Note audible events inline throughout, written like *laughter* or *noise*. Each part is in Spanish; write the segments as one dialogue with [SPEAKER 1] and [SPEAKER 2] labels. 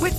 [SPEAKER 1] With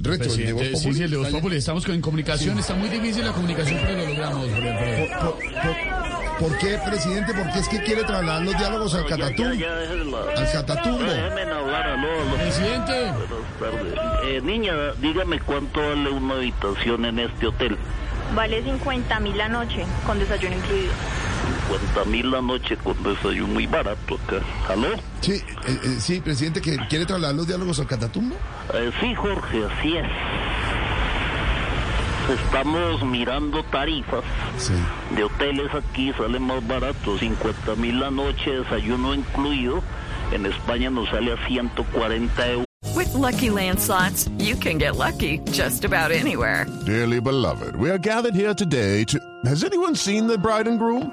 [SPEAKER 2] Reto, el de
[SPEAKER 3] Presidente,
[SPEAKER 2] Voz
[SPEAKER 3] sí,
[SPEAKER 2] Populi
[SPEAKER 3] sí, el de Voz
[SPEAKER 2] está-
[SPEAKER 3] Populi. Estamos con- en comunicación. Está muy difícil la comunicación, pero lo logramos, Jorge Alfredo.
[SPEAKER 2] por, por- por- ¿por qué, presidente? ¿Por qué es que quiere trasladar los diálogos al
[SPEAKER 4] Ya,
[SPEAKER 2] Catatumbo?
[SPEAKER 4] ya, déjenlo.
[SPEAKER 2] Al Catatumbo.
[SPEAKER 4] Déjenme hablar, aló, aló.
[SPEAKER 3] Presidente,
[SPEAKER 4] Buenas tardes. Eh, niña, dígame cuánto vale una habitación en este hotel.
[SPEAKER 5] Vale 50 mil la noche, con desayuno incluido.
[SPEAKER 4] 50 mil la noche con desayuno muy barato acá. ¿Aló?
[SPEAKER 2] Sí, eh, eh, sí, presidente, que quiere trasladar los diálogos al Catatumbo.
[SPEAKER 4] Eh, sí, Jorge, así es. Estamos mirando tarifas
[SPEAKER 2] Sí.
[SPEAKER 4] de hoteles aquí, sale más barato. 50 mil la noche, desayuno incluido. En España nos sale a 140 euros.
[SPEAKER 1] With Lucky Land slots, you can get lucky just about anywhere.
[SPEAKER 6] Dearly beloved, we are gathered here today to. Has anyone seen the bride and groom?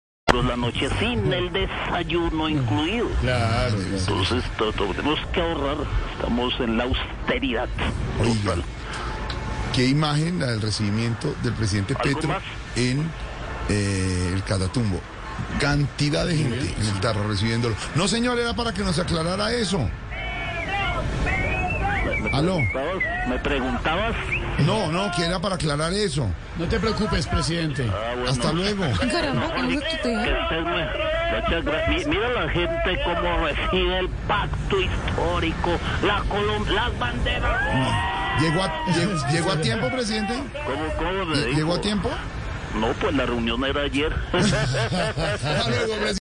[SPEAKER 4] la noche sin el desayuno incluido.
[SPEAKER 3] claro.
[SPEAKER 4] Entonces to- to- tenemos que ahorrar, estamos en la austeridad.
[SPEAKER 2] Oiga, qué imagen la del recibimiento del presidente
[SPEAKER 4] ¿Algo
[SPEAKER 2] Petro
[SPEAKER 4] más?
[SPEAKER 2] en eh, el Catatumbo. Cantidad de gente en el tarro recibiéndolo. No, señor, era para que nos aclarara eso. Aló.
[SPEAKER 4] ¿Preguntabas? ¿Me preguntabas?
[SPEAKER 2] No, no, que era para aclarar eso.
[SPEAKER 3] No te preocupes, presidente.
[SPEAKER 4] Ah, bueno.
[SPEAKER 2] Hasta luego.
[SPEAKER 4] Que estés muy- Muchas gra- mi- Mira la gente cómo recibe el pacto histórico, la colum- las banderas.
[SPEAKER 2] ¿Llegó a, lle-
[SPEAKER 3] *laughs*
[SPEAKER 2] llegó a tiempo, presidente?
[SPEAKER 4] ¿Cómo, cómo se
[SPEAKER 2] Lle-
[SPEAKER 4] dijo?
[SPEAKER 2] ¿Llegó a tiempo?
[SPEAKER 4] No, pues la reunión
[SPEAKER 2] *laughs*
[SPEAKER 4] era ayer.
[SPEAKER 2] Hasta luego, presidente.